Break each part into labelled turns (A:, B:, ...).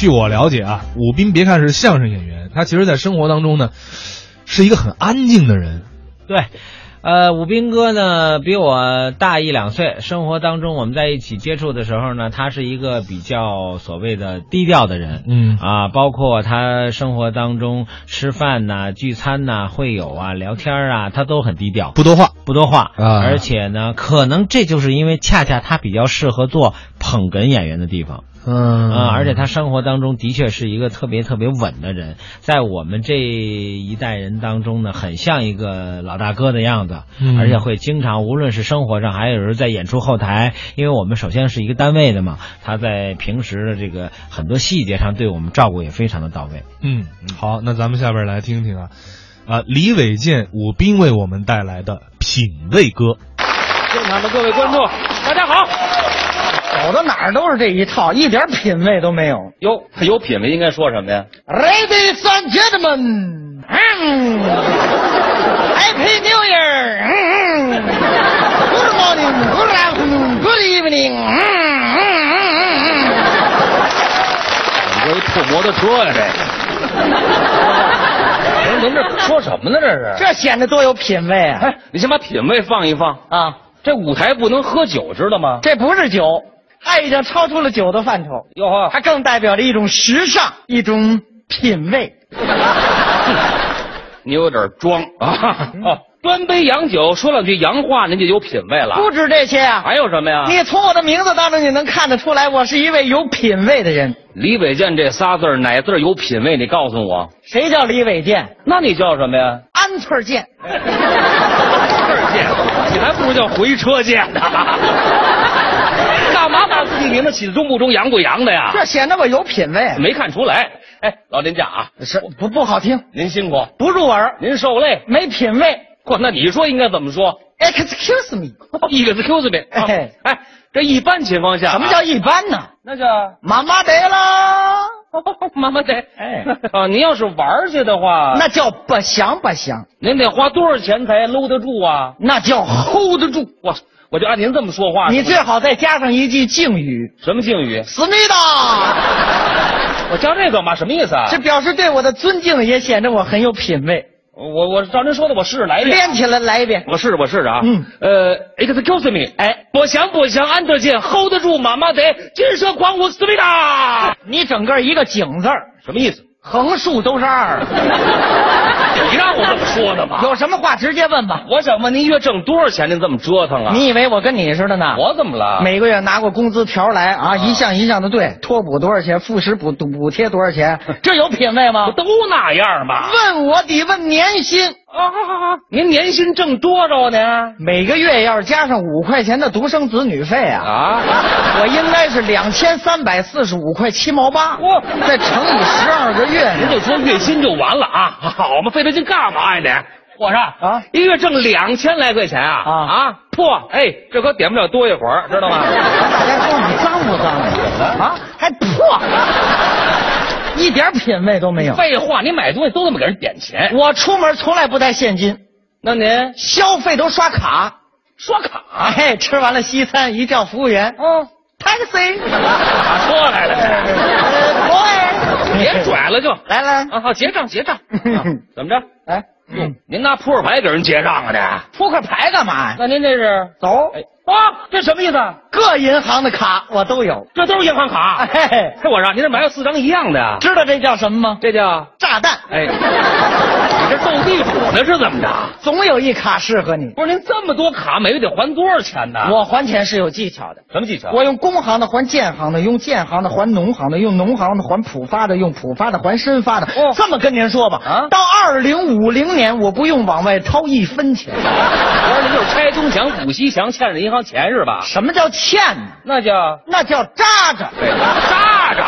A: 据我了解啊，武斌别看是相声演员，他其实在生活当中呢，是一个很安静的人。
B: 对，呃，武斌哥呢比我大一两岁，生活当中我们在一起接触的时候呢，他是一个比较所谓的低调的人，
A: 嗯
B: 啊，包括他生活当中吃饭呐、聚餐呐、会友啊、聊天啊，他都很低调，
A: 不多话。
B: 不多话，
A: 啊
B: 而且呢，可能这就是因为恰恰他比较适合做捧哏演员的地方。
A: 嗯
B: 啊，而且他生活当中的确是一个特别特别稳的人，在我们这一代人当中呢，很像一个老大哥的样子，
A: 嗯
B: 而且会经常，无论是生活上，还有时候在演出后台，因为我们首先是一个单位的嘛，他在平时的这个很多细节上对我们照顾也非常的到位。
A: 嗯，好，那咱们下边来听听啊，啊，李伟健、武斌为我们带来的品味歌。
C: 现场的各位观众，大家好！
D: 走到哪儿都是这一套，一点品味都没有。
C: 哟，有品位应该说什么呀？
D: Ladies and gentlemen，嗯，Happy New Year，嗯，Good morning，Good afternoon，Good evening，嗯嗯嗯嗯
C: 我一破摩托车呀、这个。不是您这说什么呢？这
D: 嗯，
C: 是？
D: 这显得多有品味啊！
C: 哎，你先把品位放一放。
D: 啊，
C: 这舞台不能喝酒，知道吗？
D: 这不是酒，它已经超出了酒的范畴，
C: 哟呵，
D: 它更代表着一种时尚，一种品味。
C: 你有点装啊！ 哦，端杯洋酒，说两句洋话，您就有品位了。
D: 不止这些啊，
C: 还有什么哎呀？
D: 你从我的名字当中，你能看得出来，我是一位有品位的人。
C: 李伟健这仨字儿哪字儿有品位？你告诉我。
D: 谁叫李伟健？
C: 那你叫什么呀？
D: 鹌鹑健。
C: 哎二见，你还不如叫回车见呢。干嘛把自己名字起的中不中、洋不洋的呀？
D: 这显得我有品位，
C: 没看出来。哎，老林家啊，
D: 是不不好听，
C: 您辛苦，
D: 不入耳，
C: 您受累。
D: 没品位。
C: 嚯，那你说应该怎 么说
D: Excuse me，
C: ？Excuse me 啊。
D: 哎
C: 哎，这一般情况下啊，
D: 什么叫一般呢？
C: 那叫
D: 妈妈得啦，
C: 啊妈妈得？
D: 哎
C: 啊，您要是玩儿去的话，
D: 那叫不祥不祥，
C: 您得花多少钱才搂得住啊？
D: 那叫 hold 得住。
C: 我我就按您这啊么说话，
D: 你最好再加上一句敬语，
C: 什么敬语？
D: 思密达，
C: 我加这干嘛？什么意思啊？
D: 这表示对我的尊敬，也显得我很有品位。
C: 我我照您说的，我试试来一遍。
D: 练起来，来一遍。
C: 我试试，我试试啊。
D: 嗯。
C: 呃，Excuse me，哎，我想，我想，安德健 hold 得住妈妈得金蛇狂舞思维达，
D: 你整个一个“井”字儿，
C: 什么意思？
D: 横竖都是二，
C: 你让我这么说的吗？
D: 有什么话直接问吧。
C: 我想问您，月挣多少钱？您这么折腾啊？
D: 你以为我跟你似的呢？
C: 我怎啊么了？
D: 每个月拿过工资条来啊，一项一项的对，托补多少钱，副食补补贴多少钱， 这有品位
C: 不
D: 吗？
C: 都那样吗？
D: 问我得问年薪，
C: 啊，好好好，您年薪挣多少呢？
D: 每个月要是加上五块钱的独生子女费啊，
C: 啊，
D: 我应该是两千三百四十五块七毛八
C: 哇，
D: 再乘以十二个月
C: 您
D: 呢，
C: 就说月薪就完了啊，好嘛，费这劲干嘛呀你？我说
D: 啊
C: 一个月挣两千来块钱啊
D: 啊
C: 啊破哎，这可点不了多一会儿，知道吗？
D: 大家说你脏不脏啊？啊，还破，一点品位都没有。
C: 废话，你买东西都这么给人点钱，
D: 我出门从来不带现金，
C: 那您
D: 消费都刷卡。
C: 刷卡？
D: 哎，吃完了西餐一叫服务员，
C: 嗯，
D: taxi，
C: 打车来了，哎
D: 呃，boy，
C: 别拽了就。
D: 来来，
C: 啊，好，结账结账、 啊怎么着？
D: 来，
C: 嗯，您拿扑克牌给人结账啊？这？
D: 扑克牌干嘛呀？
C: 那您这是？
D: 走，
C: 哎，啊，这什么意思？啊？
D: 各银行的卡我都有。
C: 这都是银行卡？嘿、
D: 哎，
C: 我说您这买了四张一样的啊？
D: 知道这叫什么吗？
C: 这叫
D: 炸弹，
C: 哎，你这斗地主呢是怎么着？
D: 总有一卡适合你。
C: 不是您这么多卡，每个得还多少钱呢？
D: 我还钱是有技巧的，
C: 什么技巧？
D: 我用工行的还建行的，用建行的还农行的，用农行的还浦发的，用浦发的还申发的。
C: 哦
D: 这么跟您说吧，
C: 啊
D: 到二零五零年我不用往外掏一分钱。
C: 我说您就是拆东墙补西墙，欠着银行钱是吧？
D: 什么叫欠呢？
C: 那叫
D: 那叫扎着。
C: 对，扎着，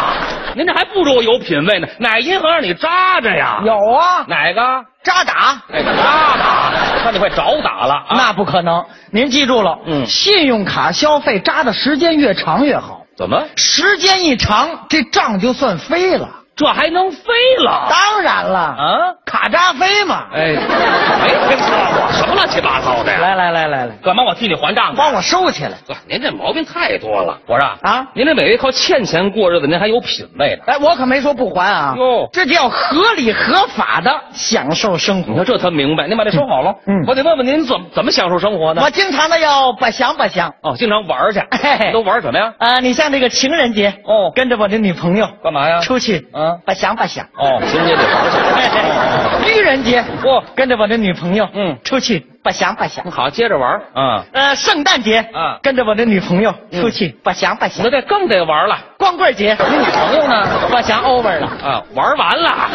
C: 您这还不如我有品位呢。哪银行让你扎着呀？
D: 有啊，
C: 哪个？
D: 扎打。
C: 哎，扎打，我看你快找打了啊！
D: 那不可能，您记住了，
C: 嗯
D: 信用卡消费扎的时间越长越好，
C: 怎么
D: 时间一长，这账就算飞了。
C: 这还能飞了？
D: 当然了，
C: 啊，
D: 卡扎菲嘛。
C: 哎，没听说过什么乱七八糟的呀？
D: 来来来来来，
C: 干嘛我替你还账去？
D: 帮我收起来。
C: 哥，您这毛病太多了。我说
D: 啊
C: 您这每月靠欠钱过日子，您还有品位呢。
D: 哎，我可没说不还啊，
C: 哟
D: 这叫合理合法的享受生
C: 你
D: 活。
C: 看这才明白，您把这收好了。
D: 嗯
C: 我得问问您怎么怎么享受生活呢
D: 我？经常的要把想把想，
C: 哦，经常玩儿去
D: 哎，
C: 都玩儿什么呀？
D: 啊，你像这个情人节，
C: 哦
D: 跟着我的女朋友
C: 干嘛呀？
D: 出去，
C: 啊
D: 把想把想。
C: 哦，情 人节得玩儿去。哦
D: 愚人节，
C: 嚯
D: 跟着我的女朋友，
C: 嗯
D: 出去把想把想
C: 哦。好，接着玩儿啊！
D: 呃，圣诞节，
C: 啊嗯
D: 跟着我的女朋友出去把想把
C: 你
D: 想
C: 说。这更得玩儿了
D: 光棍节，你女朋友 呢？把想 over 了。
C: 啊！玩儿完了，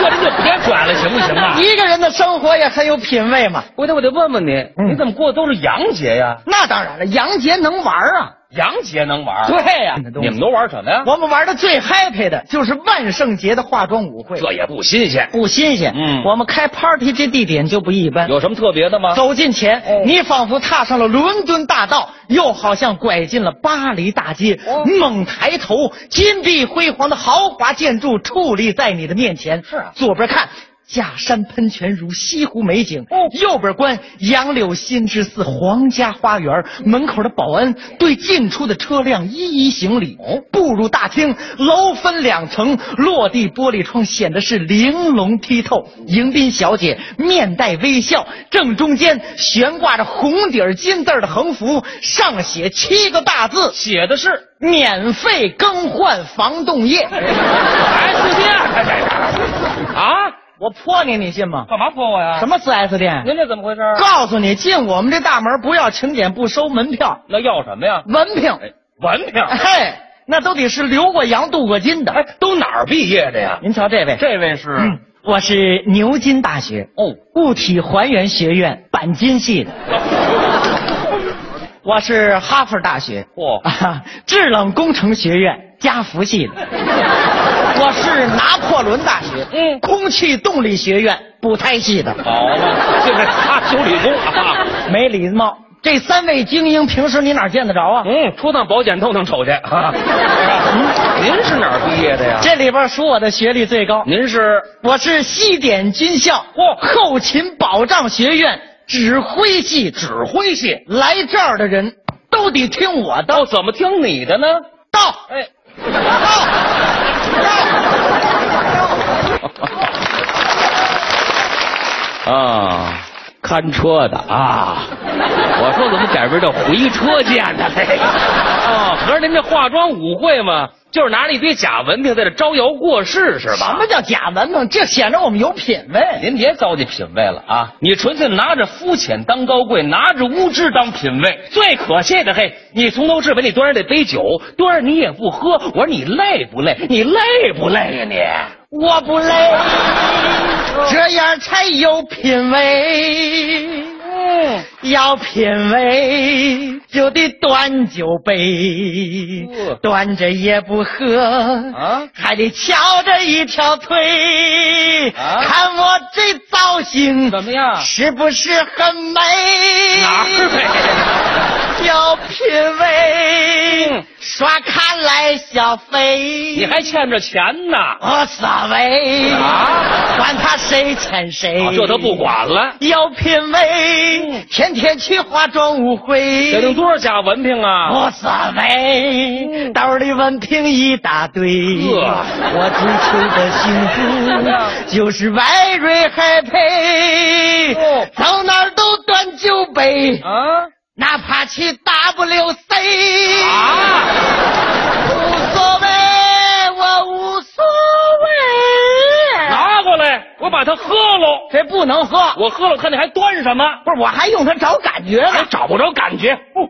C: 这您就别拽了，行不行 啊？
D: 一个人的生活也很有品味嘛。
C: 我得我得问问您，
D: 嗯
C: 你怎么过的都是洋节呀？
D: 那当然了，洋节能玩啊。
C: 洋节能玩儿？
D: 对呀、
C: 啊你们都玩儿什么呀？
D: 我们玩的最 happy 的就是万圣节的化妆舞会，
C: 这也不新鲜，
D: 不新鲜。
C: 嗯
D: 我们开 party 这地点就不一般。
C: 有什么特别的吗？
D: 走近前，
C: 哦
D: 你仿佛踏上了伦敦大道，又好像拐进了巴黎大街。
C: 哦
D: 猛抬头，金碧辉煌的豪华建筑矗立在你的面前。
C: 是啊
D: 左边看。假山喷泉如西湖美景，
C: 哦
D: 右边观杨柳新枝寺皇家花园，门口的保安对进出的车辆一一行礼。步入大厅，楼分两层，落地玻璃窗显得是玲珑剔透。迎宾小姐面带微笑，正中间悬挂着红底儿金字儿的横幅，上写七个大字
C: 写的是。
D: “免费更换防冻液
C: 四店，哎哎哎啊，”。
D: 我泼你，你信吗？
C: 干嘛泼我呀？
D: 什？么 4S 店？
C: 您这怎么回事？
D: 告诉你，进我们这大门不要请柬，不收门票、
C: 那要什么呀？
D: 文凭，
C: 哎，文凭。
D: 嘿，那都得是留过洋、镀过金的。
C: 哎，都哪儿毕业的呀？
D: 您瞧这位，
C: 这位是
D: 嗯，我是牛津大学
C: 哦，
D: 物体还原学院钣金系 的，我是哈佛大学
C: 嚯
D: 啊制冷工程学院家福系 的，我是拿破仑大学
C: 嗯
D: 空气动力学院补胎系的，
C: 好嘛，就是他修理工啊。
D: 没礼貌。这三位精英平时你哪儿见得着啊？
C: 嗯，出趟保险都能瞅去啊。您是哪儿毕业的呀？
D: 这里边数我的学历最高，
C: 您是
D: 我是西点军校
C: 嚯
D: 后勤保障学院指挥系的
C: 指挥系，
D: 来这儿的人都得听我的。
C: 哦，怎么听你的呢？
D: 到
C: 哎，
D: 到到，
C: 啊，看车的啊，我说怎么改名叫回车见的嘞？哦，合着您这化妆舞会嘛，就是拿了一堆假文凭在这招摇过市是吧？
D: 什么叫假文凭？这显着我们有品位。
C: 您别糟践品位了啊！你纯粹拿着肤浅当高贵，拿着无知当品位。最可气的嘿，你从头至尾你端着这杯酒，端着你也不喝。我说你累不累？你累不累呀、
D: 我不累， 这样才有品位。嗯，要品位就得端酒杯
C: 哦，
D: 端着也不喝
C: 你？，啊，
D: 还得翘着一条腿。
C: 啊
D: 看我这造型
C: 怎么样
D: 是不是很美？
C: 哪儿美？
D: 有品味，
C: 嗯
D: 刷卡来消费，
C: 你还欠着钱呢
D: 无所谓
C: 啊！
D: 管他谁欠谁、
C: 啊这都不。管嗯了，
D: 有品味，天天去化妆舞会，
C: 得弄多少假文凭啊？
D: 无所谓，兜里文凭一大堆。
C: 嗯呵哎
D: 我追求的幸福就是 very happy，、
C: 哦
D: 到哪儿都端酒杯，
C: 啊
D: 哪怕去 WC
C: 啊！
D: 无所谓，我无所谓。
C: 拿过来，我把它喝喽。
D: 这不能喝，
C: 我喝了，我看你还端什么？
D: 不是，我还用它找感觉
C: 还
D: 呢。
C: 找不着感觉。哦、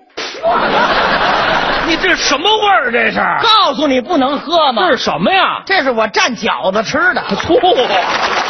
C: 你这是什么味儿？这是？
D: 告诉你不能喝嘛
C: 这，是什么呀？
D: 这是我蘸饺子吃的。
C: 醋啊！